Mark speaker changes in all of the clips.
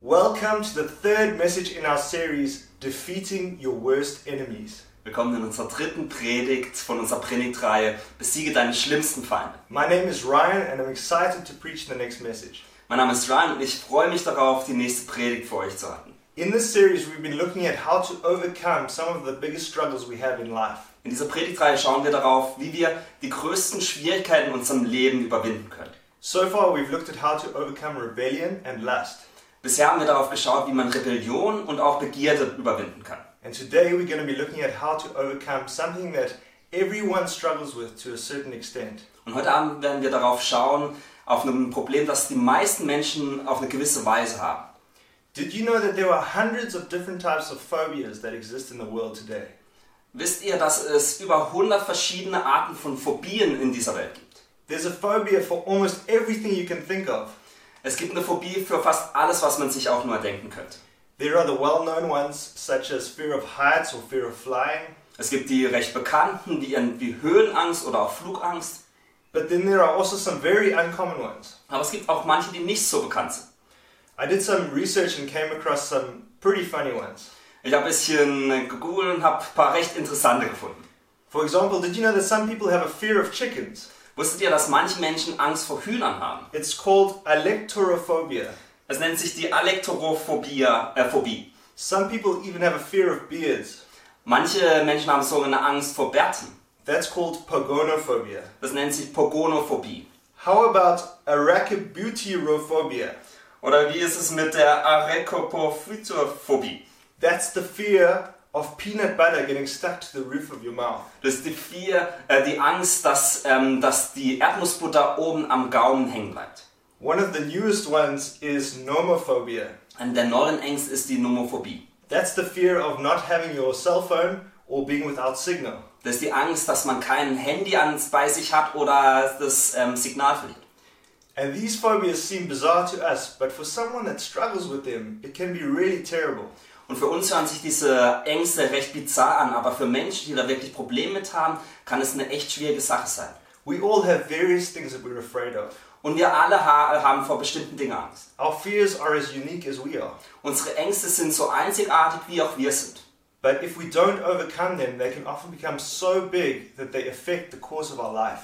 Speaker 1: Welcome to the third message in our series, Defeating Your Worst Enemies.
Speaker 2: Willkommen in unserer dritten Predigt von unserer Predigtreihe Besiege deinen schlimmsten Feind.
Speaker 1: My name is Ryan, and I'm excited to preach the next message.
Speaker 2: Mein Name ist Ryan und ich freue mich darauf, die nächste Predigt für euch zu halten.
Speaker 1: In this series, we've been looking at how to overcome some of the biggest struggles we have in life.
Speaker 2: In dieser Predigtreihe schauen wir darauf, wie wir die größten Schwierigkeiten in unserem Leben überwinden können.
Speaker 1: So far, we've looked at how to overcome rebellion and lust.
Speaker 2: Bisher haben wir darauf geschaut, wie man Rebellion und auch Begierde überwinden kann.
Speaker 1: And today, we're going to be looking at how to overcome something that everyone struggles with to a certain extent.
Speaker 2: Und heute Abend werden wir darauf schauen, auf ein Problem, das die meisten Menschen auf eine gewisse Weise haben.
Speaker 1: Did you know that there are hundreds of different types of phobias that exist in the world today?
Speaker 2: Wisst ihr, dass es über 100 verschiedene Arten von Phobien in dieser Welt gibt?
Speaker 1: There's a phobia for almost everything you can think of.
Speaker 2: Es gibt eine Phobie für fast alles, was man sich auch nur denken könnte.
Speaker 1: There are the well known ones, such as fear of heights or fear of flying,
Speaker 2: Es gibt die recht bekannten, wie, wie Höhenangst oder auch Flugangst.
Speaker 1: but then there are also some very uncommon ones.
Speaker 2: Aber es gibt auch manche, die nicht so bekannt sind.
Speaker 1: I did some research and came across some pretty funny ones.
Speaker 2: Ich habe ein bisschen gegoogelt und habe ein paar recht interessante gefunden.
Speaker 1: For example, did you know that some people have a fear of chickens?
Speaker 2: Wusstet ihr, dass manche Menschen Angst vor Hühnern haben?
Speaker 1: It's called alectorophobia.
Speaker 2: Es nennt sich die Alektorophobie. Äh, Phobie.
Speaker 1: Some people even have a fear of beards.
Speaker 2: Manche Menschen haben sogar eine Angst vor Bärten.
Speaker 1: That's called pogonophobia.
Speaker 2: Das nennt sich Pogonophobie.
Speaker 1: How about arachibutyrophobia?
Speaker 2: Oder wie ist es mit der Arekopophytophobie?
Speaker 1: That's the fear of peanut butter getting stuck to the roof of your mouth.
Speaker 2: Das ist die, vier, äh, die Angst, dass, ähm, dass die Erdnussbutter oben am Gaumen hängen bleibt.
Speaker 1: One of the newest ones is nomophobia.
Speaker 2: Eine Ähm, der neuen Ängste ist die Nomophobie.
Speaker 1: That's the fear of not having your cell phone or being without signal.
Speaker 2: Das ist die Angst, dass man kein Handy an, bei sich hat oder das ähm, Signal verliert.
Speaker 1: And these phobias seem bizarre to us, but for someone that struggles with them, it can be really terrible.
Speaker 2: Und für uns hören sich diese Ängste recht bizarr an, aber für Menschen, die da wirklich Probleme mit haben, kann es eine echt schwierige Sache sein.
Speaker 1: We all have various things that we're afraid of.
Speaker 2: Und wir alle ha haben vor bestimmten Dingen Angst.
Speaker 1: Our fears are as unique as we are,
Speaker 2: Unsere Ängste sind so einzigartig, wie auch wir sind.
Speaker 1: but if we don't overcome them, they can often become so big that they affect the course of our life.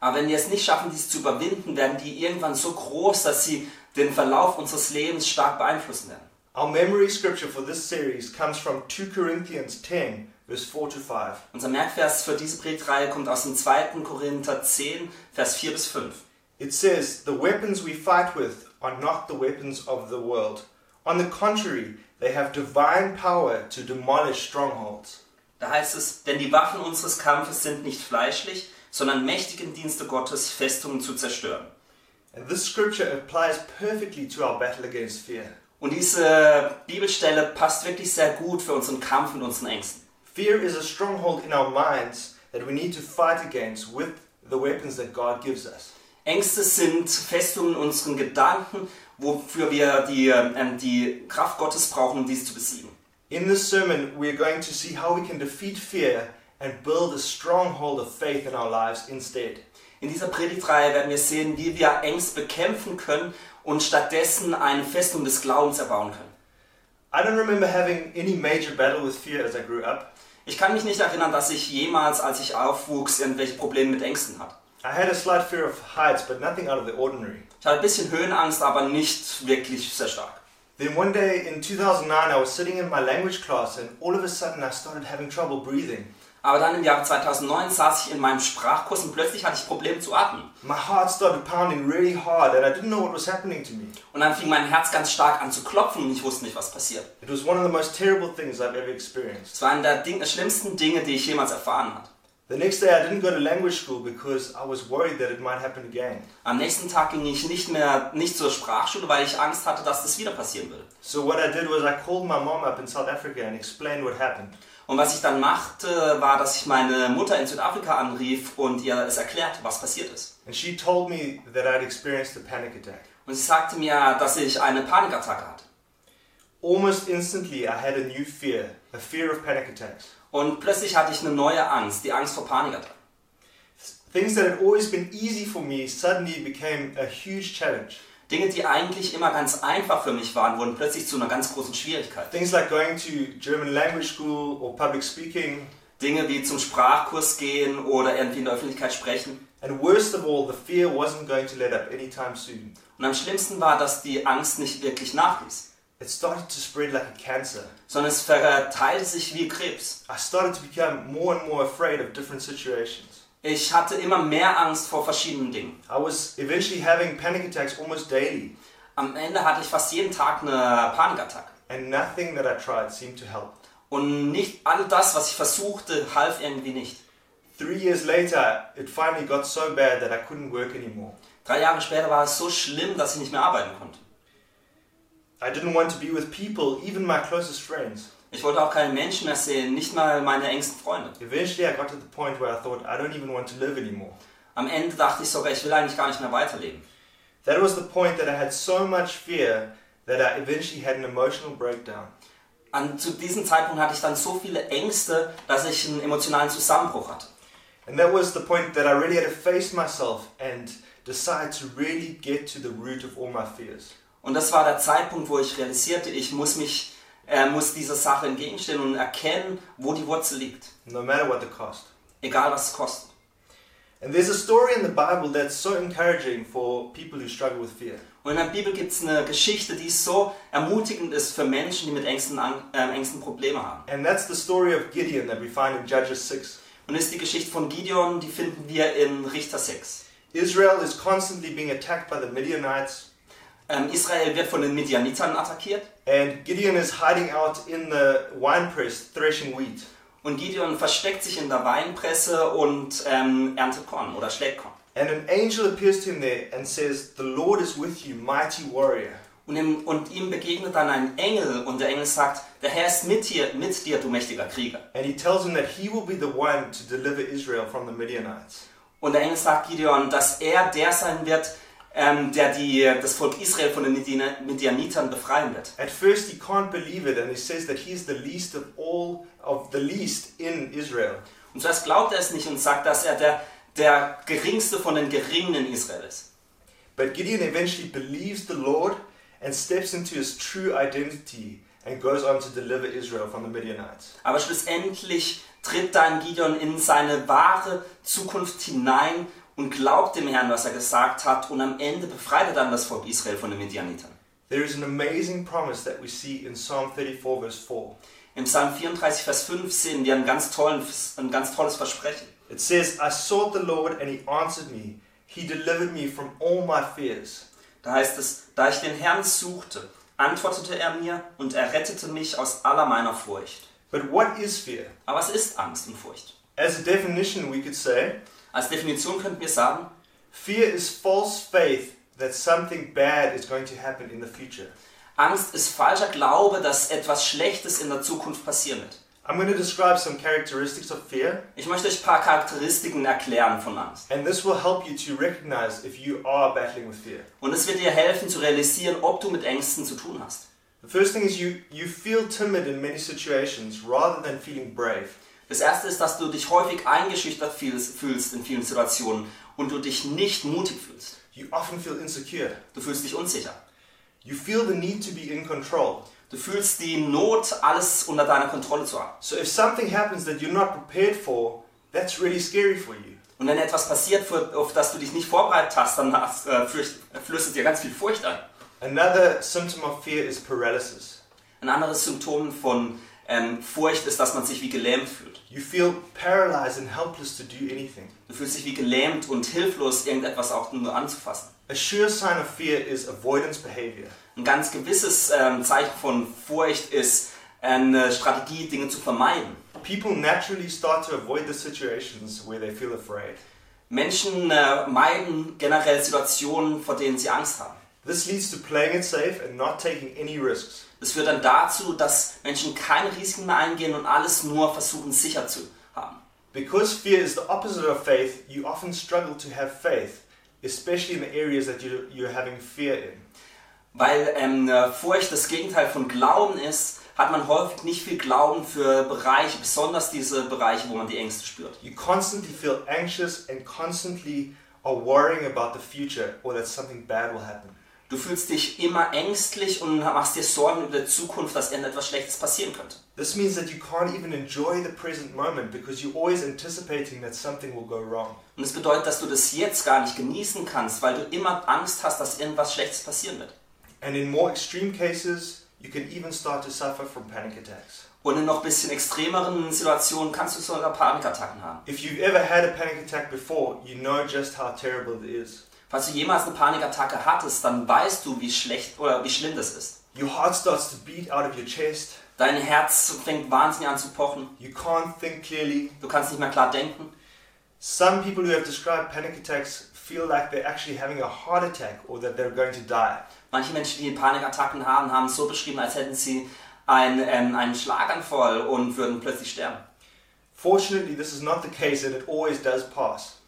Speaker 2: Aber wenn wir es nicht schaffen, dies zu überwinden, werden die irgendwann so groß, dass sie den Verlauf unseres Lebens stark beeinflussen werden.
Speaker 1: Our memory scripture for this series comes from 2 Corinthians 10, verse 4 to 5.
Speaker 2: Unser Merkvers für diese Predigtreihe kommt aus dem 2. Korinther 10, Vers 4 bis 5.
Speaker 1: It says, The weapons we fight with are not the weapons of the world. On the contrary, they have divine power to demolish strongholds.
Speaker 2: Da heißt es, denn die Waffen unseres Kampfes sind nicht fleischlich, sondern mächtig im Dienste Gottes, Festungen zu zerstören.
Speaker 1: And this scripture applies perfectly to our battle against fear.
Speaker 2: Und diese Bibelstelle passt wirklich sehr gut für unseren Kampf mit unseren Ängsten.
Speaker 1: Fear is a stronghold in our minds that we need to fight against with the weapons that God gives us.
Speaker 2: Ängste sind Festungen in unseren Gedanken, wofür wir die, ähm, die Kraft Gottes brauchen, um dies zu besiegen.
Speaker 1: In this sermon, we are going to see how we can defeat fear and build a stronghold of faith in our lives instead.
Speaker 2: In dieser Predigtreihe werden wir sehen, wie wir Ängste bekämpfen können und stattdessen eine Festung des Glaubens erbauen können.
Speaker 1: I don't remember having any major battle with fear as I grew up.
Speaker 2: Ich kann mich nicht erinnern, dass ich jemals, als ich aufwuchs, irgendwelche Probleme mit Ängsten hatte.
Speaker 1: I had a slight fear of heights, but nothing out of the ordinary.
Speaker 2: Ich hatte ein bisschen Höhenangst, aber nicht wirklich sehr stark.
Speaker 1: Then one day in 2009, I was sitting in my language class, and all of a sudden, I started having trouble breathing.
Speaker 2: Aber dann im Jahr 2009 saß ich in meinem Sprachkurs und plötzlich hatte ich Probleme zu atmen.
Speaker 1: My heart started pounding really hard, and I didn't know what was happening to me.
Speaker 2: Und dann fing mein Herz ganz stark an zu klopfen und ich wusste nicht, was passiert.
Speaker 1: It was one of the most terrible things I've ever experienced.
Speaker 2: Es war eine der Ding schlimmsten Dinge, die ich jemals erfahren habe.
Speaker 1: The next day, I didn't go to language school because I was worried that it might happen again.
Speaker 2: Am nächsten Tag ging ich nicht mehr nicht zur Sprachschule, weil ich Angst hatte, dass das wieder passieren würde.
Speaker 1: So, what I did was, I called my mom up in South Africa and explained what happened.
Speaker 2: Und was ich dann machte, war, dass ich meine Mutter in Südafrika anrief und ihr es erklärte, was passiert ist.
Speaker 1: And she told me that I'd experienced a panic attack.
Speaker 2: Und sie sagte mir, dass ich eine Panikattacke hatte.
Speaker 1: Almost instantly, I had a new fear a fear of panic attacks.
Speaker 2: Und plötzlich hatte ich eine neue Angst, die Angst vor Panikattacken.
Speaker 1: Things that had always been easy for me suddenly became a huge challenge.
Speaker 2: Dinge, die eigentlich immer ganz einfach für mich waren, wurden plötzlich zu einer ganz großen Schwierigkeit.
Speaker 1: Things like going to German language school or public speaking,
Speaker 2: Dinge wie zum Sprachkurs gehen oder irgendwie in der Öffentlichkeit sprechen.
Speaker 1: and worst of all, the fear wasn't going to let up anytime soon.
Speaker 2: Und am schlimmsten war, dass die Angst nicht wirklich nachließ,
Speaker 1: It started to spread like a cancer.
Speaker 2: sondern es verteilte sich wie Krebs.
Speaker 1: I started to become more and more afraid of different situations.
Speaker 2: Ich hatte immer mehr Angst vor verschiedenen Dingen.
Speaker 1: I was eventually having panic attacks almost daily,
Speaker 2: Am Ende hatte ich fast jeden Tag eine Panikattacke.
Speaker 1: and nothing that I tried seemed to help.
Speaker 2: Und nicht all das, was ich versuchte, half irgendwie nicht.
Speaker 1: Three years later, it finally got so bad that I couldn't work anymore.
Speaker 2: Drei Jahre später war es so schlimm, dass ich nicht mehr arbeiten konnte.
Speaker 1: I didn't want to be with people, even my closest friends.
Speaker 2: Ich wollte auch keine Menschen mehr sehen, nicht mal meine engsten Freunde.
Speaker 1: Eventually, I got to the point where I thought, I don't even want to live anymore.
Speaker 2: Am Ende dachte ich sogar, ich will eigentlich gar nicht mehr weiterleben.
Speaker 1: That was the point that I had so much fear that I eventually had an emotional breakdown.
Speaker 2: An, zu diesem Zeitpunkt hatte ich dann so viele Ängste, dass ich einen emotionalen Zusammenbruch hatte.
Speaker 1: And that was the point that I really had to face myself and decide to really get to the root of all my fears.
Speaker 2: Und das war der Zeitpunkt, wo ich realisierte, ich muss mich, äh, muss dieser Sache entgegenstehen und erkennen, wo die Wurzel liegt.
Speaker 1: no matter what the cost.
Speaker 2: Egal was es kostet.
Speaker 1: And there's a story in the Bible that's so encouraging for people who struggle with fear.
Speaker 2: Und in der Bibel gibt es eine Geschichte, die so ermutigend ist für Menschen, die mit Ängsten, an, äh, Ängsten Probleme haben.
Speaker 1: And that's the story of Gideon that we find in Judges 6.
Speaker 2: Und das ist die Geschichte von Gideon, die finden wir in Richter 6.
Speaker 1: Israel is constantly being attacked by the Midianites,
Speaker 2: Ähm, Israel wird von den Midianitern attackiert
Speaker 1: and Gideon is hiding out in the winepress threshing wheat.
Speaker 2: und Gideon versteckt sich in der Weinpresse und ähm, erntet Korn oder schlägt Korn.
Speaker 1: And an angel appears to him there and says, The Lord is with you, mighty warrior.
Speaker 2: Und ihm, und ihm begegnet dann ein Engel und der Engel sagt, der Herr ist mit dir, mit dir, du mächtiger Krieger.
Speaker 1: And he tells him that he will be the one to deliver Israel from the Midianites.
Speaker 2: Und der Engel sagt Gideon, dass er der sein wird, ähm, der die, das Volk Israel von den Midian- Midianitern befreien wird.
Speaker 1: At first, he can't believe it, and he says that he's the least of all of the least in Israel.
Speaker 2: Und zuerst glaubt er es nicht und sagt, dass er der, der geringste von den Geringen in Israel ist.
Speaker 1: But Gideon eventually believes the Lord and steps into his true identity and goes on to deliver Israel from the Midianites.
Speaker 2: Aber schlussendlich tritt dann Gideon in seine wahre Zukunft hinein und glaubt dem Herrn, was er gesagt hat. Und am Ende befreit er dann das Volk Israel von den Midianitern.
Speaker 1: There is an amazing promise that we see in Psalm 34, verse 4.
Speaker 2: Im Psalm 34, Vers 5 sehen wir ein ganz, tollen, ein ganz tolles Versprechen.
Speaker 1: It says, I sought the Lord and he answered me. He delivered me from all my fears.
Speaker 2: Da heißt es, da ich den Herrn suchte, antwortete er mir und er rettete mich aus aller meiner Furcht.
Speaker 1: But what is fear?
Speaker 2: Aber es ist Angst und Furcht.
Speaker 1: As a definition, we could say,
Speaker 2: Als Definition könnten wir sagen,
Speaker 1: fear is false faith that something bad is going to happen in the future.
Speaker 2: Angst ist falscher Glaube, dass etwas Schlechtes in der Zukunft passieren wird.
Speaker 1: I'm going to describe some characteristics of fear,
Speaker 2: Ich möchte euch ein paar Charakteristiken erklären von Angst.
Speaker 1: and this will help you to recognize if you are battling with fear.
Speaker 2: Und es wird dir helfen zu realisieren, ob du mit Ängsten zu tun hast.
Speaker 1: The first thing is you, you feel timid in many situations rather than feeling brave.
Speaker 2: Das erste ist, dass du dich häufig eingeschüchtert fühlst fühlst in vielen Situationen und du dich nicht mutig fühlst.
Speaker 1: You often feel insecure.
Speaker 2: Du fühlst dich unsicher.
Speaker 1: You feel the need to be in control.
Speaker 2: Du fühlst die Not, alles unter deiner Kontrolle zu haben.
Speaker 1: So if something happens that you're not prepared for, that's really scary for you.
Speaker 2: Und wenn etwas passiert, für- auf das du dich nicht vorbereitet hast, dann hast, äh, fürcht, flüstet dir ganz viel Furcht ein.
Speaker 1: Another symptom of fear is paralysis.
Speaker 2: Ein anderes Symptom von ähm, Furcht ist, dass man sich wie gelähmt fühlt.
Speaker 1: You feel paralyzed and helpless to do anything.
Speaker 2: Du fühlst dich wie gelähmt und hilflos, irgendetwas auch nur anzufassen.
Speaker 1: A sure sign of fear is avoidance behavior.
Speaker 2: Ein ganz gewisses ähm, Zeichen von Furcht ist eine Strategie, Dinge zu vermeiden.
Speaker 1: People naturally start to avoid the situations where they feel afraid.
Speaker 2: Menschen äh, meiden generell Situationen, vor denen sie Angst haben.
Speaker 1: This leads to playing it safe and not taking any risks.
Speaker 2: Das führt dann dazu, dass Menschen keine Risiken mehr eingehen und alles nur versuchen sicher zu haben.
Speaker 1: Because fear is the opposite of faith, you often struggle to have faith, especially in the areas that you, you're having fear in.
Speaker 2: Weil ähm, äh, Furcht das Gegenteil von Glauben ist, hat man häufig nicht viel Glauben für Bereiche, besonders diese Bereiche, wo man die Ängste spürt.
Speaker 1: You constantly feel anxious and constantly are worrying about the future or that something bad will happen.
Speaker 2: Du fühlst dich immer ängstlich und machst dir Sorgen über die Zukunft, dass etwas Schlechtes passieren könnte.
Speaker 1: This means that you can't even enjoy the present moment because you're always anticipating that something will go wrong.
Speaker 2: Und es bedeutet, dass du das jetzt gar nicht genießen kannst, weil du immer Angst hast, dass irgendwas Schlechtes passieren wird.
Speaker 1: And in more extreme cases, you can even start to suffer from panic attacks.
Speaker 2: Und in noch ein bisschen extremeren Situationen kannst du sogar Panikattacken haben.
Speaker 1: If you've ever had a panic attack before, you know just how terrible it is.
Speaker 2: Falls du jemals eine Panikattacke hattest, dann weißt du, wie schlecht oder wie schlimm das ist.
Speaker 1: Your heart starts to beat out of your chest.
Speaker 2: Dein Herz fängt wahnsinnig an zu pochen.
Speaker 1: You can't think clearly.
Speaker 2: Du kannst nicht mehr klar denken.
Speaker 1: Some people who have described panic attacks feel like they're actually having a heart attack or that they're going to die.
Speaker 2: Manche Menschen, die Panikattacken haben, haben es so beschrieben, als hätten sie einen, ähm, einen Schlaganfall und würden plötzlich sterben.
Speaker 1: Fortunately, this is not the case and it always does pass.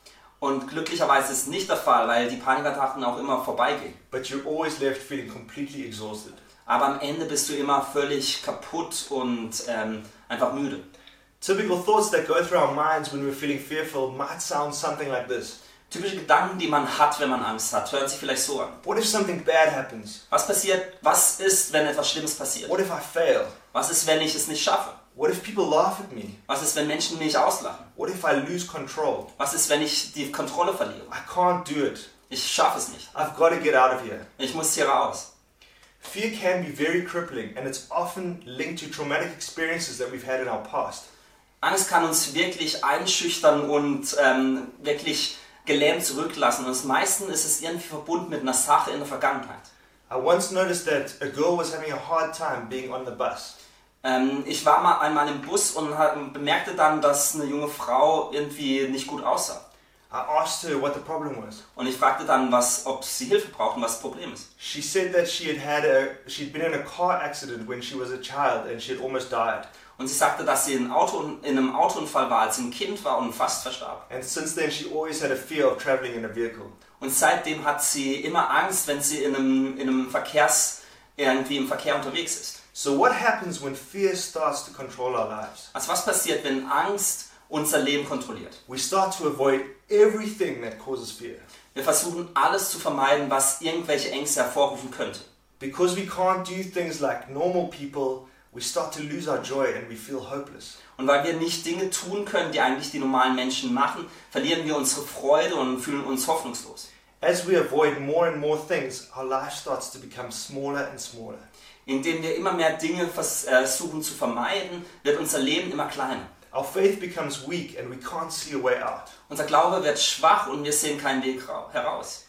Speaker 2: Und glücklicherweise ist es nicht der Fall, weil die Panikattacken auch immer vorbeigehen.
Speaker 1: But you're always left feeling completely exhausted.
Speaker 2: Aber am Ende bist du immer völlig kaputt und ähm, einfach müde.
Speaker 1: Typical thoughts that go through our minds when we're feeling fearful might sound something like this
Speaker 2: Typische Gedanken, die man hat, wenn man Angst hat, hören sich vielleicht so an.
Speaker 1: What if something bad happens?
Speaker 2: Was passiert? Was ist, wenn etwas Schlimmes passiert?
Speaker 1: What if I fail?
Speaker 2: Was ist, wenn ich es nicht schaffe?
Speaker 1: What if people laugh at me?
Speaker 2: Was ist, wenn Menschen mich auslachen?
Speaker 1: What if I lose control?
Speaker 2: Was ist, wenn ich die Kontrolle verliere?
Speaker 1: I can't do it.
Speaker 2: Ich schaffe es nicht.
Speaker 1: I've got to get out of here.
Speaker 2: Ich muss hier raus.
Speaker 1: Fear can be very crippling and it's often linked to traumatic experiences that we've had in our past.
Speaker 2: Angst kann uns wirklich einschüchtern und ähm, wirklich gelähmt zurücklassen. Und das meisten ist es irgendwie verbunden mit einer Sache in der Vergangenheit.
Speaker 1: I once noticed that a girl was having a hard time being on the bus.
Speaker 2: Ähm, ich war mal einmal im Bus und ha- bemerkte dann, dass eine junge Frau irgendwie nicht gut aussah.
Speaker 1: I asked her what the problem was.
Speaker 2: Und ich fragte dann, was, ob sie Hilfe braucht und was das Problem ist.
Speaker 1: She said that she had had a she'd been in a car accident when she was a child and she had almost died.
Speaker 2: Und sie sagte, dass sie in, Auto, in einem Autounfall war, als sie ein Kind war und fast verstarb.
Speaker 1: And since then she always had a fear of traveling in a vehicle.
Speaker 2: Und seitdem hat sie immer Angst, wenn sie in einem, in einem Verkehrs, irgendwie im Verkehr unterwegs ist.
Speaker 1: So what happens when fear starts to control our lives?
Speaker 2: Also was passiert, wenn Angst unser Leben kontrolliert?
Speaker 1: We start to avoid everything that causes fear.
Speaker 2: Wir versuchen alles zu vermeiden, was irgendwelche Ängste hervorrufen könnte.
Speaker 1: Because we can't do things like normal people, we start to lose our joy and we feel hopeless.
Speaker 2: Und weil wir nicht Dinge tun können, die eigentlich die normalen Menschen machen, verlieren wir unsere Freude und fühlen uns hoffnungslos.
Speaker 1: As we avoid more and more things, our life starts to become smaller and smaller.
Speaker 2: Indem wir immer mehr Dinge vers- äh, versuchen zu vermeiden, wird unser Leben immer kleiner.
Speaker 1: Our faith becomes weak and we can't see a way out.
Speaker 2: Unser Glaube wird schwach und wir sehen keinen Weg ra- heraus.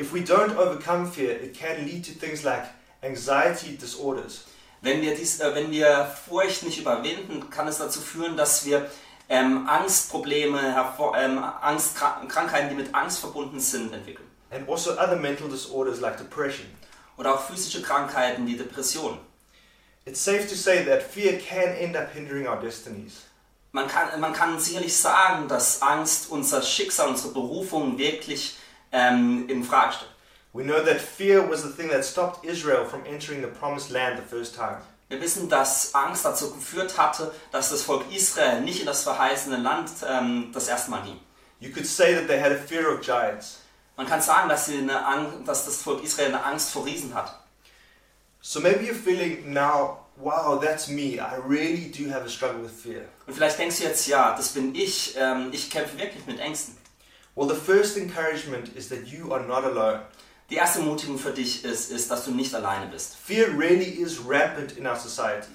Speaker 1: If we don't overcome fear, it can lead to things like anxiety disorders,
Speaker 2: Wenn wir, dies, äh, wenn wir Furcht nicht überwinden, kann es dazu führen, dass wir ähm, Angstprobleme, hervor, ähm, Angstkra- Krankheiten, die mit Angst verbunden sind, entwickeln.
Speaker 1: and also other mental disorders like depression.
Speaker 2: Oder auch physische Krankheiten wie Depressionen.
Speaker 1: It's safe to say that fear can end up hindering our destinies.
Speaker 2: Man kann, man kann sicherlich sagen, dass Angst unser Schicksal, unsere Berufung wirklich ähm, in Frage stellt.
Speaker 1: We know that fear was the thing that stopped Israel from entering the promised land the first time.
Speaker 2: Wir wissen, dass Angst dazu geführt hatte, dass das Volk Israel nicht in das verheißene Land ähm, das erste Mal ging.
Speaker 1: You could say that they had a fear of giants.
Speaker 2: Man kann sagen, dass, sie eine Ang- dass das Volk Israel eine Angst vor Riesen hat.
Speaker 1: So maybe you're feeling now, wow, that's me. I really do have a struggle with fear.
Speaker 2: Und vielleicht denkst du jetzt, ja, das bin ich, ähm, ich kämpfe wirklich mit Ängsten.
Speaker 1: Well, the first encouragement is that you are not alone.
Speaker 2: Die erste Ermutigung für dich ist, ist, dass du nicht alleine bist.
Speaker 1: Fear really is rampant in our society.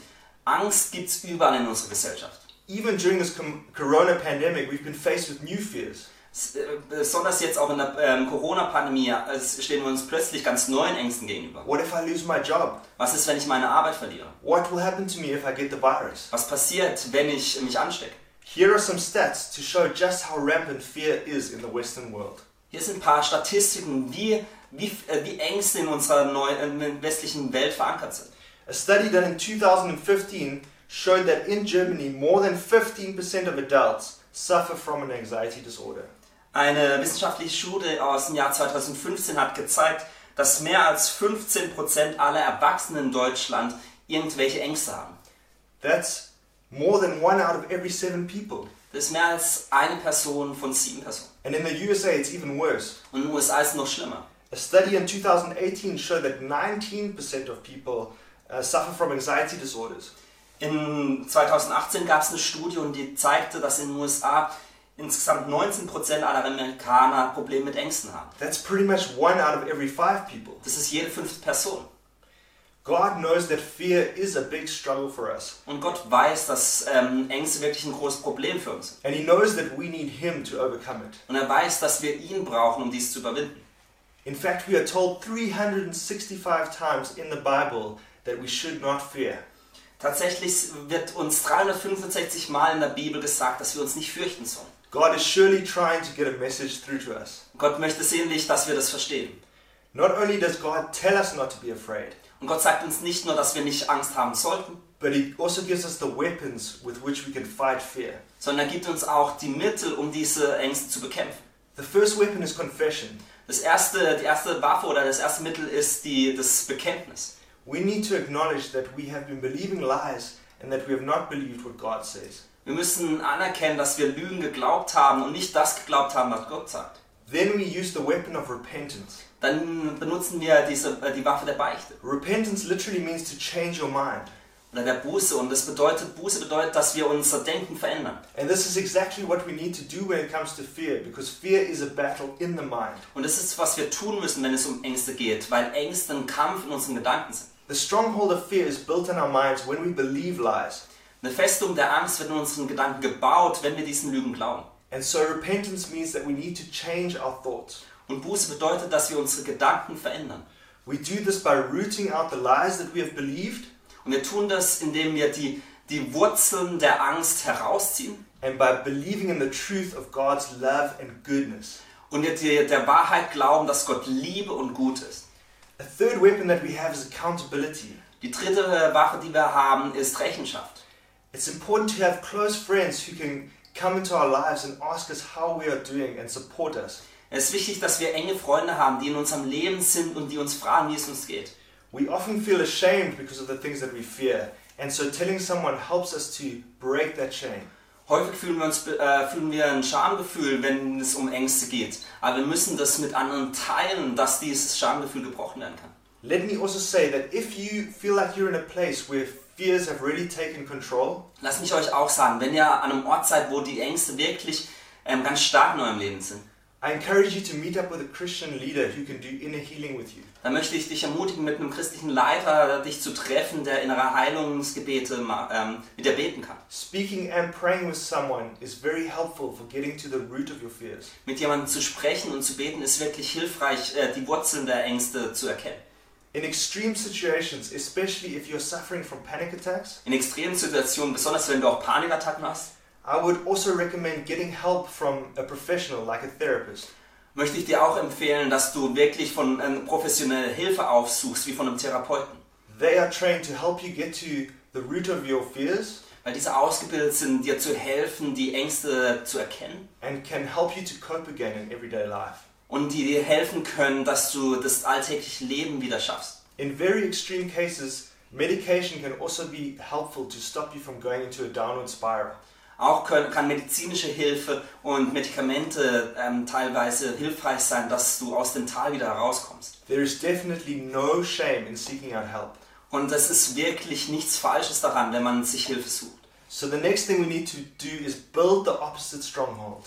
Speaker 2: Angst gibt es überall in unserer Gesellschaft.
Speaker 1: Even during this com- corona pandemic, we've been faced with new fears.
Speaker 2: S- äh, Besonders jetzt auch in der ähm, Corona-Pandemie äh, stehen wir uns plötzlich ganz neuen Ängsten gegenüber.
Speaker 1: What if I lose my job?
Speaker 2: Was ist, wenn ich meine Arbeit verliere?
Speaker 1: What will happen to me if I get the virus?
Speaker 2: Was passiert, wenn ich mich anstecke?
Speaker 1: Here are some stats to show just how rampant fear is in the Western world.
Speaker 2: Hier sind ein paar Statistiken, wie, wie, äh, wie Ängste in unserer neu, äh, westlichen Welt verankert sind.
Speaker 1: A study done in 2015 showed that in Germany, more than 15% of adults suffer from an anxiety disorder.
Speaker 2: Eine wissenschaftliche Studie aus dem Jahr 2015 hat gezeigt, dass mehr als 15% aller Erwachsenen in Deutschland irgendwelche Ängste haben.
Speaker 1: That's more than one out of every seven people.
Speaker 2: Das ist mehr als eine Person von sieben Personen.
Speaker 1: And in the USA, it's even worse.
Speaker 2: Und in den USA ist es noch schlimmer.
Speaker 1: A study in 2018 showed that 19% of people uh, suffer from anxiety disorders.
Speaker 2: In 2018 gab es eine Studie und die zeigte, dass in den USA insgesamt 19% aller Amerikaner Probleme mit Ängsten haben.
Speaker 1: That's pretty much one out of every five people.
Speaker 2: Das ist jede fünfte Person.
Speaker 1: God knows that fear is a big struggle for us,
Speaker 2: Und Gott weiß, dass ähm, Ängste wirklich ein großes Problem für uns sind.
Speaker 1: and He knows that we need Him to overcome it.
Speaker 2: Und er weiß, dass wir ihn brauchen, um dies zu überwinden.
Speaker 1: In fact, we are told 365 times in the Bible that we should not fear.
Speaker 2: Tatsächlich wird uns 365 Mal in der Bibel gesagt, dass wir uns nicht fürchten sollen.
Speaker 1: God is surely trying to get a message through to us.
Speaker 2: Gott möchte sehnlich, dass wir das verstehen.
Speaker 1: Not only does God tell us not to be afraid,
Speaker 2: Und Gott sagt uns nicht nur, dass wir nicht Angst haben sollten,
Speaker 1: but He also gives us the weapons with which we can fight fear.
Speaker 2: sondern er gibt uns auch die Mittel, um diese Ängste zu bekämpfen.
Speaker 1: The first weapon is confession.
Speaker 2: Das erste, die erste Waffe oder das erste Mittel ist die, das Bekenntnis.
Speaker 1: We need to acknowledge that we have been believing lies and that we have not believed what God says.
Speaker 2: Wir müssen anerkennen, dass wir Lügen geglaubt haben und nicht das geglaubt haben, was Gott sagt.
Speaker 1: Then we use the weapon of repentance.
Speaker 2: Dann benutzen wir diese, äh, die Waffe der Beichte
Speaker 1: Repentance literally means to change your mind.
Speaker 2: oder der Buße. Und das bedeutet, Buße bedeutet, dass wir unser Denken verändern.
Speaker 1: And this is exactly what we need to do when it comes to fear, because fear is a battle in the mind.
Speaker 2: Und das ist, was wir tun müssen, wenn es um Ängste geht, weil Ängste ein Kampf in unseren Gedanken sind.
Speaker 1: The stronghold of fear is built in our minds when we believe lies.
Speaker 2: Eine Festung der Angst wird in unseren Gedanken gebaut, wenn wir diesen Lügen glauben.
Speaker 1: And so repentance means that we need to change our thoughts.
Speaker 2: Und Buße bedeutet, dass wir unsere Gedanken verändern.
Speaker 1: We do this by rooting out the lies that we have believed
Speaker 2: Und wir tun das, indem wir die, die Wurzeln der Angst herausziehen
Speaker 1: and by believing in the truth of God's love and goodness.
Speaker 2: und wir die, der Wahrheit glauben, dass Gott Liebe und gut ist.
Speaker 1: A third weapon that we have is accountability.
Speaker 2: Die dritte Waffe, die wir haben, ist Rechenschaft.
Speaker 1: It's important to have close friends who can come into our lives and ask us how we are doing and support us.
Speaker 2: Es ist wichtig, dass wir enge Freunde haben, die in unserem Leben sind und die uns fragen, wie es uns geht.
Speaker 1: We often feel ashamed because of the things that we fear, and so telling someone helps us to break that shame.
Speaker 2: Häufig fühlen wir, uns, äh, fühlen wir ein Schamgefühl, wenn es um Ängste geht. Aber wir müssen das mit anderen teilen, dass dieses Schamgefühl gebrochen werden kann.
Speaker 1: Let me also say that if you feel like you're in a place where fears have really taken control,
Speaker 2: Lasst mich euch auch sagen, wenn ihr an einem Ort seid, wo die Ängste wirklich ähm, ganz stark in eurem Leben sind,
Speaker 1: I encourage you to meet up with a Christian leader who can do inner healing with you.
Speaker 2: dann möchte ich dich ermutigen, mit einem christlichen Leiter dich zu treffen, der innere Heilungsgebete ma- ähm, mit dir beten kann.
Speaker 1: Speaking and praying with someone is very helpful for getting to the root of your fears.
Speaker 2: Mit jemandem zu sprechen und zu beten ist wirklich hilfreich, äh, die Wurzeln der Ängste zu erkennen.
Speaker 1: In extreme situations, especially if you're suffering from panic attacks,
Speaker 2: In extremen Situationen, besonders wenn du auch Panikattacken hast,
Speaker 1: I would also recommend getting help from a professional like a therapist.
Speaker 2: möchte ich dir auch empfehlen, dass du wirklich von ähm, professionelle Hilfe aufsuchst, wie von einem Therapeuten.
Speaker 1: They are trained to help you get to the root of your fears
Speaker 2: Weil diese ausgebildet sind, dir zu helfen, die Ängste zu erkennen.
Speaker 1: and can help you to cope again in everyday life.
Speaker 2: und die dir helfen können, dass du das alltägliche Leben wieder schaffst.
Speaker 1: In very extreme cases, medication can also be helpful to stop you from going into a downward spiral.
Speaker 2: Auch können, kann medizinische Hilfe und Medikamente ähm, teilweise hilfreich sein, dass du aus dem Tal wieder herauskommst.
Speaker 1: There is definitely no shame in seeking out help.
Speaker 2: Und es ist wirklich nichts Falsches daran, wenn man sich Hilfe sucht.
Speaker 1: So the next thing we need to do is build the opposite stronghold.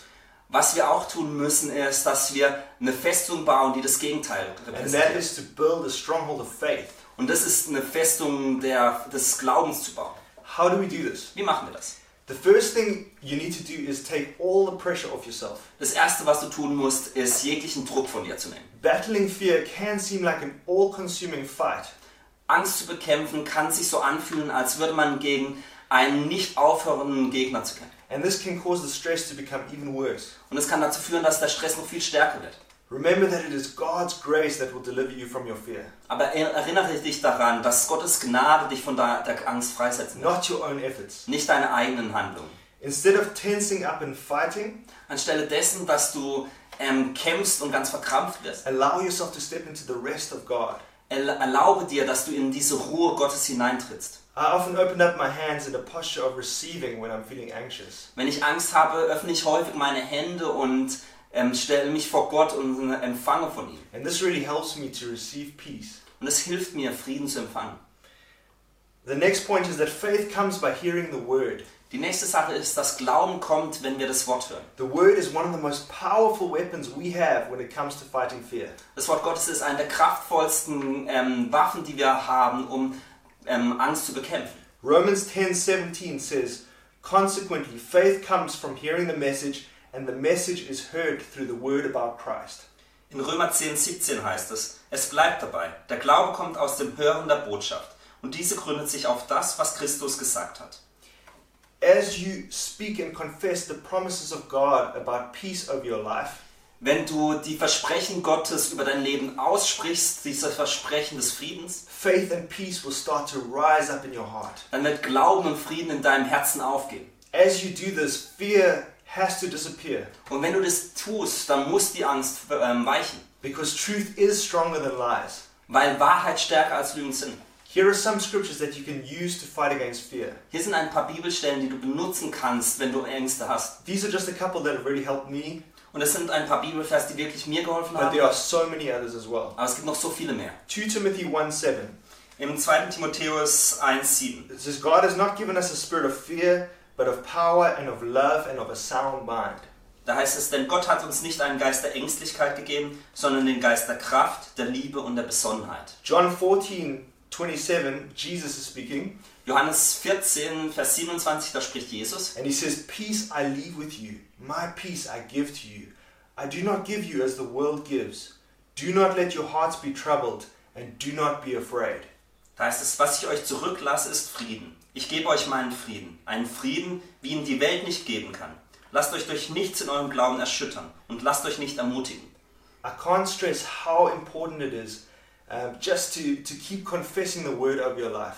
Speaker 2: Was wir auch tun müssen, ist, dass wir eine Festung bauen, die das Gegenteil
Speaker 1: And that
Speaker 2: repräsentiert.
Speaker 1: is to build a stronghold of faith.
Speaker 2: Und das ist eine Festung der, des Glaubens zu bauen.
Speaker 1: How do we do this?
Speaker 2: Wie machen wir das?
Speaker 1: The first thing you need to do is take all the pressure off yourself.
Speaker 2: Das Erste, was du tun musst, ist, jeglichen Druck von dir zu nehmen.
Speaker 1: Battling fear can seem like an all consuming fight,
Speaker 2: Angst zu bekämpfen kann sich so anfühlen, als würde man gegen einen nicht aufhörenden Gegner zu kämpfen.
Speaker 1: and this can cause the stress to become even worse.
Speaker 2: Und es kann dazu führen, dass der Stress noch viel stärker wird.
Speaker 1: Remember that it is God's grace that will deliver you from your fear,
Speaker 2: Aber er- erinnere dich daran, dass Gottes Gnade dich von der, der Angst freisetzen wird,
Speaker 1: not your own efforts.
Speaker 2: nicht deine eigenen Handlungen.
Speaker 1: Instead of tensing up and fighting,
Speaker 2: Anstelle dessen, dass du ähm, kämpfst und ganz verkrampft wirst,
Speaker 1: allow yourself to step into the rest of God.
Speaker 2: erl- erlaube dir, dass du in diese Ruhe Gottes hineintrittst.
Speaker 1: I often open up my hands in a posture of receiving when I'm feeling anxious.
Speaker 2: Wenn ich Angst habe, öffne ich häufig meine Hände und ähm, ähm, stelle mich vor Gott und äh, empfange von ihm.
Speaker 1: And this really helps me to receive peace.
Speaker 2: Und es hilft mir, Frieden zu empfangen.
Speaker 1: The next point is that faith comes by hearing the word.
Speaker 2: Die nächste Sache ist, dass Glauben kommt, wenn wir das Wort hören.
Speaker 1: The word is one of the most powerful weapons we have when it comes to fighting fear.
Speaker 2: Das Wort Gottes ist eine der kraftvollsten ähm, Waffen, die wir haben, um ähm, Angst zu bekämpfen.
Speaker 1: Romans 10:17 says, "Consequently, faith comes from hearing the message, and the message is heard through the word about Christ."
Speaker 2: In Römer 10, 17 heißt es, es bleibt dabei, der Glaube kommt aus dem Hören der Botschaft und diese gründet sich auf das, was Christus gesagt hat.
Speaker 1: As you speak and confess the promises of God about peace over your life,
Speaker 2: Wenn du die Versprechen Gottes über dein Leben aussprichst, diese Versprechen des Friedens,
Speaker 1: faith and peace will start to rise up in your heart.
Speaker 2: dann wird Glauben und Frieden in deinem Herzen aufgehen.
Speaker 1: As you do this, fear has to disappear
Speaker 2: Und wenn du das tust, dann muss die Angst ähm, weichen,
Speaker 1: because truth is stronger than lies.
Speaker 2: weil Wahrheit stärker als Lügen sind.
Speaker 1: Here are some scriptures that you can use to fight against fear.
Speaker 2: Hier sind ein paar Bibelstellen, die du benutzen kannst, wenn du Ängste hast.
Speaker 1: These are just a couple that have really helped me,
Speaker 2: Und es sind ein paar Bibelvers, die wirklich mir geholfen
Speaker 1: but
Speaker 2: haben,
Speaker 1: there are so many others as well.
Speaker 2: aber es gibt noch so viele mehr.
Speaker 1: 2 Timothy 1 7.
Speaker 2: Im 2. Timotheus 1,7.
Speaker 1: It says, God has not given us a spirit of fear, but of power and of love and of a sound mind.
Speaker 2: Da heißt es, denn Gott hat uns nicht einen Geist der Ängstlichkeit gegeben, sondern den Geist der Kraft, der Liebe und der Besonnenheit.
Speaker 1: John 14 27, Jesus is speaking,
Speaker 2: Johannes 14, Vers 27, da spricht Jesus.
Speaker 1: and he says, Peace I leave with you, my peace I give to you. I do not give you as the world gives. Do not let your hearts be troubled, and do not be afraid.
Speaker 2: Da heißt es, was ich euch zurücklasse, ist Frieden. Ich gebe euch meinen Frieden. Einen Frieden, wie ihn die Welt nicht geben kann. Lasst euch durch nichts in eurem Glauben erschüttern und lasst euch nicht ermutigen.
Speaker 1: I can't stress how important it is um, just to, to keep confessing the word of your life.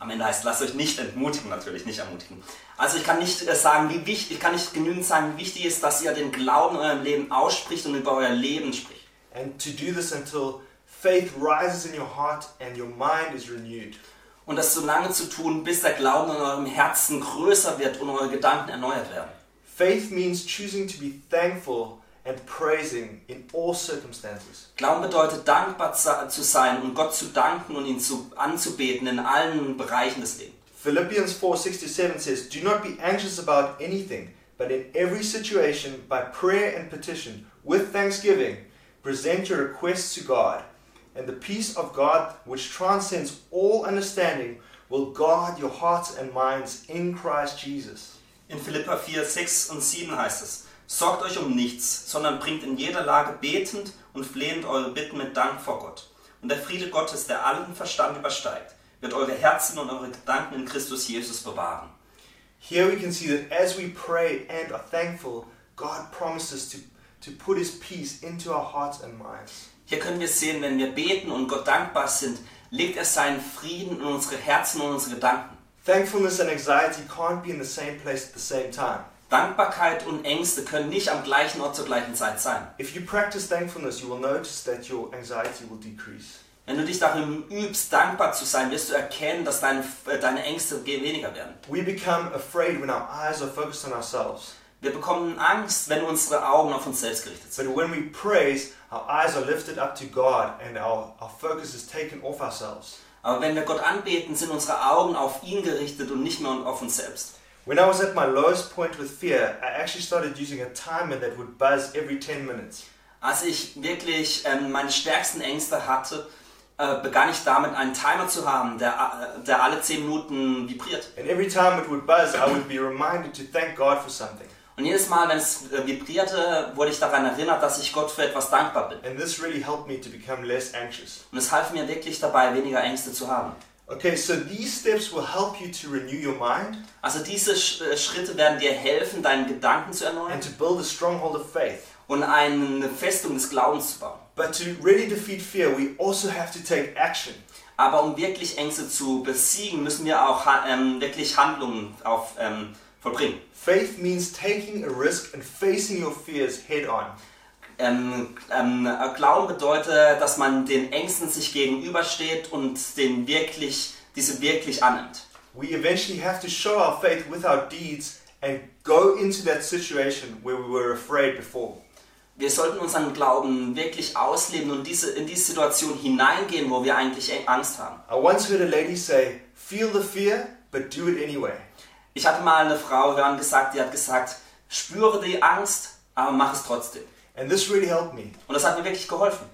Speaker 2: Am Ende heißt, lasst euch nicht entmutigen, natürlich nicht ermutigen. Also ich kann nicht äh, sagen, wie wichtig, ich kann nicht genügend sagen, wie wichtig es ist, dass ihr den Glauben in eurem Leben ausspricht und über euer Leben spricht.
Speaker 1: And to do this until faith rises in your heart and your mind is renewed.
Speaker 2: Und das so lange zu tun, bis der Glauben in eurem Herzen größer wird und eure Gedanken erneuert werden.
Speaker 1: Faith means choosing to be thankful and praising in all circumstances.
Speaker 2: Glauben bedeutet, dankbar za- zu sein und Gott zu danken und ihn zu, anzubeten in allen Bereichen des Lebens.
Speaker 1: Philippians 4:67 says, "Do not be anxious about anything, but in every situation by prayer and petition with thanksgiving present your requests to God, and the peace of God which transcends all understanding will guard your hearts and minds in Christ Jesus."
Speaker 2: In Philippa 4, 6 und 7 heißt es, Sorgt euch um nichts, sondern bringt in jeder Lage betend und flehend eure Bitten mit Dank vor Gott. Und der Friede Gottes, der allen Verstand übersteigt, wird eure Herzen und eure Gedanken in Christus Jesus bewahren.
Speaker 1: Here we can see that as we pray and are thankful, God promises to, to put his peace into our hearts and minds.
Speaker 2: Hier können wir sehen, wenn wir beten und Gott dankbar sind, legt er seinen Frieden in unsere Herzen und unsere Gedanken.
Speaker 1: Thankfulness and anxiety can't be in the same place at the same time.
Speaker 2: Dankbarkeit und Ängste können nicht am gleichen Ort zur gleichen Zeit sein.
Speaker 1: If you practice thankfulness, you will notice that your anxiety will decrease.
Speaker 2: Wenn du dich darin übst, dankbar zu sein, wirst du erkennen, dass deine, äh, deine Ängste ge- weniger werden.
Speaker 1: We become afraid when our eyes are focused on ourselves.
Speaker 2: Wir bekommen Angst, wenn unsere Augen auf uns selbst gerichtet sind.
Speaker 1: But when we praise, our eyes are lifted up to God and our, our focus is taken off ourselves.
Speaker 2: Aber wenn wir Gott anbeten, sind unsere Augen auf ihn gerichtet und nicht mehr auf uns selbst.
Speaker 1: When I was at my lowest point with fear, I actually started using a timer that would buzz every 10 minutes.
Speaker 2: Als ich wirklich ähm, meine stärksten Ängste hatte, äh, begann ich damit, einen Timer zu haben, der, äh, der alle 10 Minuten vibriert.
Speaker 1: And every time it would buzz, I would be reminded to thank God for something.
Speaker 2: Und jedes Mal, wenn es äh, vibrierte, wurde ich daran erinnert, dass ich Gott für etwas dankbar bin.
Speaker 1: And this really helped me to become less anxious.
Speaker 2: Und es half mir wirklich dabei, weniger Ängste zu haben.
Speaker 1: Okay, so these steps will help you to renew your mind
Speaker 2: Also diese Sch äh, Schritte werden dir helfen, deinen Gedanken zu erneuern
Speaker 1: and to build a stronghold of faith.
Speaker 2: und eine Festung des Glaubens zu bauen.
Speaker 1: But to really defeat fear, we also have to take action.
Speaker 2: Aber um wirklich Ängste zu besiegen, müssen wir auch ha- ähm, wirklich Handlungen auf, ähm, vollbringen.
Speaker 1: Faith means taking a risk and facing your fears head on.
Speaker 2: Ähm, ähm, Glauben bedeutet, dass man den Ängsten sich gegenübersteht und den wirklich, diese wirklich annimmt.
Speaker 1: We eventually have to show our faith with our deeds and go into that situation where we were afraid before.
Speaker 2: wir sollten unseren Glauben wirklich ausleben und diese, in diese Situation hineingehen, wo wir eigentlich e- Angst haben.
Speaker 1: I once heard a lady say, Feel the fear, but do it anyway.
Speaker 2: Ich hatte mal eine Frau hören gesagt, die hat gesagt, spüre die Angst, aber mach es trotzdem.
Speaker 1: And this really helped me.
Speaker 2: Und das hat mir wirklich geholfen.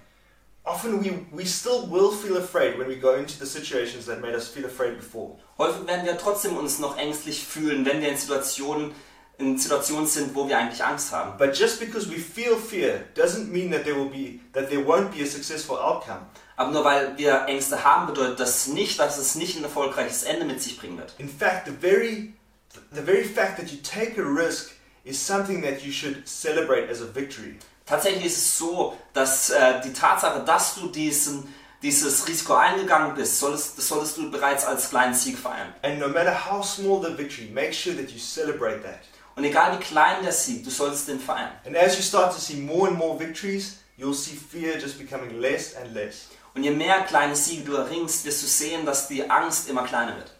Speaker 1: Often we, we still will feel afraid when we go into the situations that made us feel afraid before.
Speaker 2: Häufig werden wir trotzdem uns noch ängstlich fühlen, wenn wir in Situationen, in Situationen sind, wo wir eigentlich Angst haben.
Speaker 1: But just because we feel fear doesn't mean that there will be that there won't be a successful outcome.
Speaker 2: Aber nur weil wir Ängste haben, bedeutet das nicht, dass es nicht ein erfolgreiches Ende mit sich bringen wird.
Speaker 1: In fact, the very the very fact that you take a risk is something that you should celebrate as a victory.
Speaker 2: Tatsächlich ist es so, dass äh, die Tatsache, dass du diesen, dieses Risiko eingegangen bist, solltest, das solltest du bereits als kleinen Sieg feiern.
Speaker 1: And no matter how small the victory, make sure that you celebrate that.
Speaker 2: Und egal wie klein der Sieg, du solltest den feiern.
Speaker 1: And as you start to see more and more victories, you'll see fear just becoming less and less.
Speaker 2: Und je mehr kleine Siege du erringst, wirst du sehen, dass die Angst immer kleiner wird.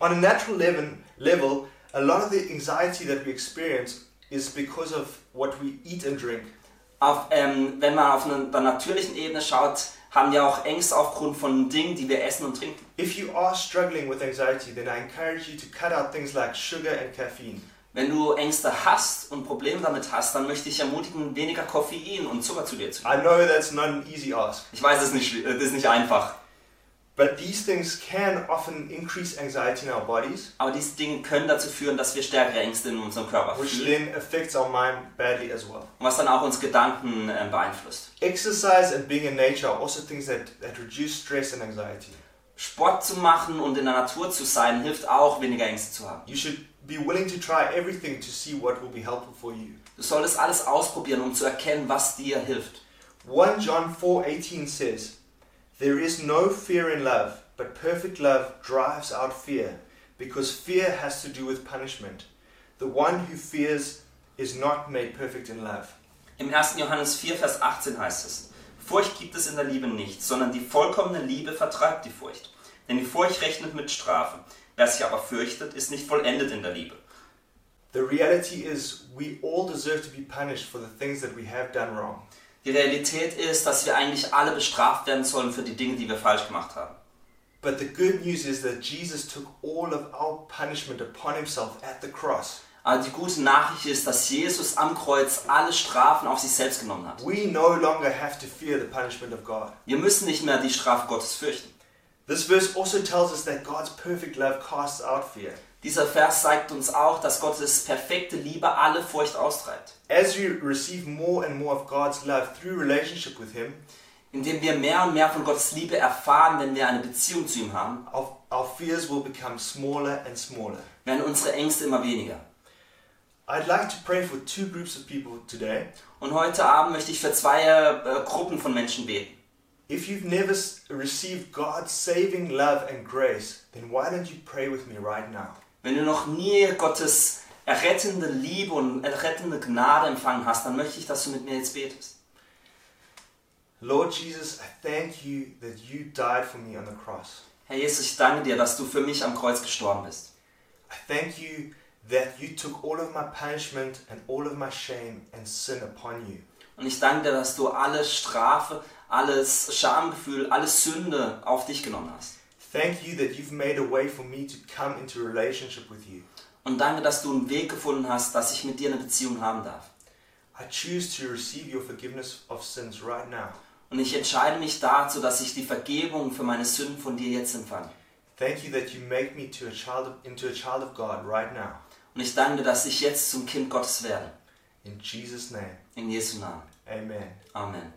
Speaker 1: On a natural level, level, a lot of the anxiety that we experience is because of what we eat and drink.
Speaker 2: Auf, ähm, wenn man auf eine, der natürlichen Ebene schaut, haben wir auch Ängste aufgrund von Dingen, die wir essen und trinken.
Speaker 1: If you are struggling with anxiety, then I encourage you to cut out things like sugar and caffeine.
Speaker 2: Wenn du Ängste hast und Probleme damit hast, dann möchte ich ermutigen, weniger Koffein und Zucker zu dir zu
Speaker 1: I
Speaker 2: nehmen.
Speaker 1: know that's not an easy ask,
Speaker 2: Ich weiß, es ist nicht, schwi- äh, das ist nicht einfach,
Speaker 1: but these things can often increase anxiety in our bodies,
Speaker 2: aber diese Dinge können dazu führen, dass wir stärkere Ängste in unserem Körper
Speaker 1: which
Speaker 2: fühlen,
Speaker 1: then affects our mind badly as well.
Speaker 2: was dann auch uns Gedanken äh, beeinflusst.
Speaker 1: Exercise and being in nature are also things that, that reduce stress and anxiety.
Speaker 2: Sport zu machen und in der Natur zu sein, hilft auch, weniger Ängste zu haben.
Speaker 1: You should be willing to try everything to see what will be helpful for you.
Speaker 2: Du solltest alles ausprobieren, um zu erkennen, was dir hilft.
Speaker 1: 1 John 4:18 says, "There is no fear in love, but perfect love drives out fear, because fear has to do with punishment. The one who fears is not made perfect in love."
Speaker 2: Im 1. Johannes 4, Vers 18 heißt es, Furcht gibt es in der Liebe nicht, sondern die vollkommene Liebe vertreibt die Furcht. Denn die Furcht rechnet mit Strafe. Wer sich aber fürchtet, ist nicht vollendet in der Liebe.
Speaker 1: The reality is we all deserve to be punished for the things that we have done wrong.
Speaker 2: Die Realität ist, dass wir eigentlich alle bestraft werden sollen für die Dinge, die wir falsch gemacht haben.
Speaker 1: But the good news is that Jesus took all of our punishment upon himself at the cross.
Speaker 2: Aber die gute Nachricht ist, dass Jesus am Kreuz alle Strafen auf sich selbst genommen hat.
Speaker 1: We no longer have to fear the punishment of God.
Speaker 2: Wir müssen nicht mehr die Strafe Gottes fürchten.
Speaker 1: This verse also tells us that God's perfect love casts out fear.
Speaker 2: Dieser Vers zeigt uns auch, dass Gottes perfekte Liebe alle Furcht austreibt.
Speaker 1: As we receive more and more of God's love through relationship with Him,
Speaker 2: Indem wir mehr und mehr von Gottes Liebe erfahren, wenn wir eine Beziehung zu ihm haben,
Speaker 1: our, our fears will become smaller and smaller.
Speaker 2: werden unsere Ängste immer weniger.
Speaker 1: I'd like to pray for two groups of people today.
Speaker 2: Und heute Abend möchte ich für zwei äh, Gruppen von Menschen beten.
Speaker 1: If you've never s- received God's saving love and grace, then why don't you pray with me right now?
Speaker 2: Wenn du noch nie Gottes errettende Liebe und errettende Gnade empfangen hast, dann möchte ich, dass du mit mir jetzt betest.
Speaker 1: Lord Jesus, I thank you that you died for me on the cross.
Speaker 2: Herr Jesus, ich danke dir, dass du für mich am Kreuz gestorben bist.
Speaker 1: I thank you that you took all of my punishment and all of my shame and sin upon you.
Speaker 2: Und ich danke dir, dass du alle Strafe, alles Schamgefühl, alle Sünde auf dich genommen hast.
Speaker 1: Thank you that you've made a way for me to come into relationship with you.
Speaker 2: Und danke, dass du einen Weg gefunden hast, dass ich mit dir eine Beziehung haben darf.
Speaker 1: I choose to receive your forgiveness of sins right now.
Speaker 2: Und ich entscheide mich dazu, dass ich die Vergebung für meine Sünden von dir jetzt empfange.
Speaker 1: Thank you that you make me to a child of, into a child of God right now.
Speaker 2: Und ich danke dir, dass ich jetzt zum Kind Gottes werde.
Speaker 1: In Jesus' name,
Speaker 2: In Jesu Namen.
Speaker 1: Amen.
Speaker 2: Amen.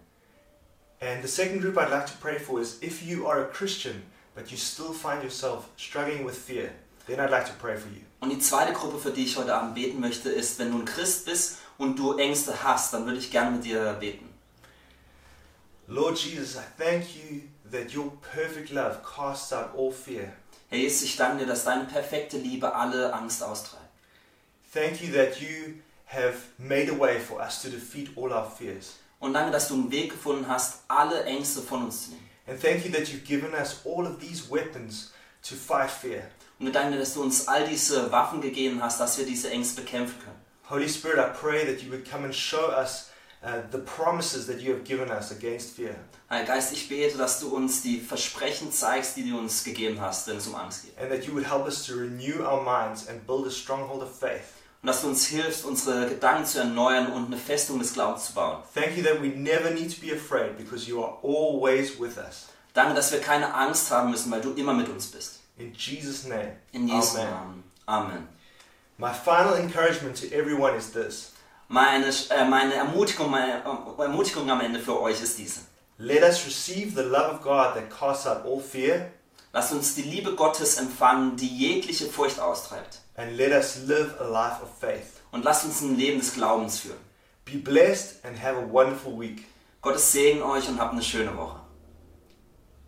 Speaker 1: And the second group I'd like to pray for is if you are a Christian but you still find yourself struggling with fear, then I'd like to pray for you.
Speaker 2: Und die zweite Gruppe, für die ich heute Abend beten möchte, ist, wenn du ein Christ bist und du Ängste hast, dann würde ich gerne mit dir beten.
Speaker 1: Lord Jesus, I thank you that your perfect love casts out all fear.
Speaker 2: Herr Jesus, ich danke dir, dass deine perfekte Liebe alle Angst austreibt.
Speaker 1: Thank you that you have made a way for us to defeat all our fears.
Speaker 2: Und danke, dass du einen Weg gefunden hast, alle Ängste von uns zu nehmen.
Speaker 1: And thank you that you've given us all of these weapons to fight fear.
Speaker 2: Und wir danken dir, dass du uns all diese Waffen gegeben hast, dass wir diese Ängste bekämpfen können.
Speaker 1: Holy Spirit, I pray that you would come and show us uh, the promises that you have given us against fear.
Speaker 2: Herr Geist, ich bete, dass du uns die Versprechen zeigst, die du uns gegeben hast, wenn es um Angst geht.
Speaker 1: and that you would help us to renew our minds and build a stronghold of faith.
Speaker 2: Und dass du uns hilfst, unsere Gedanken zu erneuern und eine Festung des Glaubens zu bauen.
Speaker 1: Thank you that we never need to be afraid because you are always with us.
Speaker 2: Danke, dass wir keine Angst haben müssen, weil du immer mit uns bist.
Speaker 1: In Jesus' name.
Speaker 2: In Jesu
Speaker 1: Amen.
Speaker 2: Namen. Amen.
Speaker 1: My final encouragement to everyone is this
Speaker 2: Meine, äh, meine, Ermutigung, meine äh, Ermutigung am Ende für euch ist diese.
Speaker 1: let us receive the love of God that casts out all fear,
Speaker 2: Lasst uns die Liebe Gottes empfangen, die jegliche Furcht austreibt.
Speaker 1: and let us live a life of faith.
Speaker 2: Und lasst uns ein Leben des Glaubens führen.
Speaker 1: Be blessed and have a wonderful week.
Speaker 2: Gottes Segen euch und habt eine schöne Woche.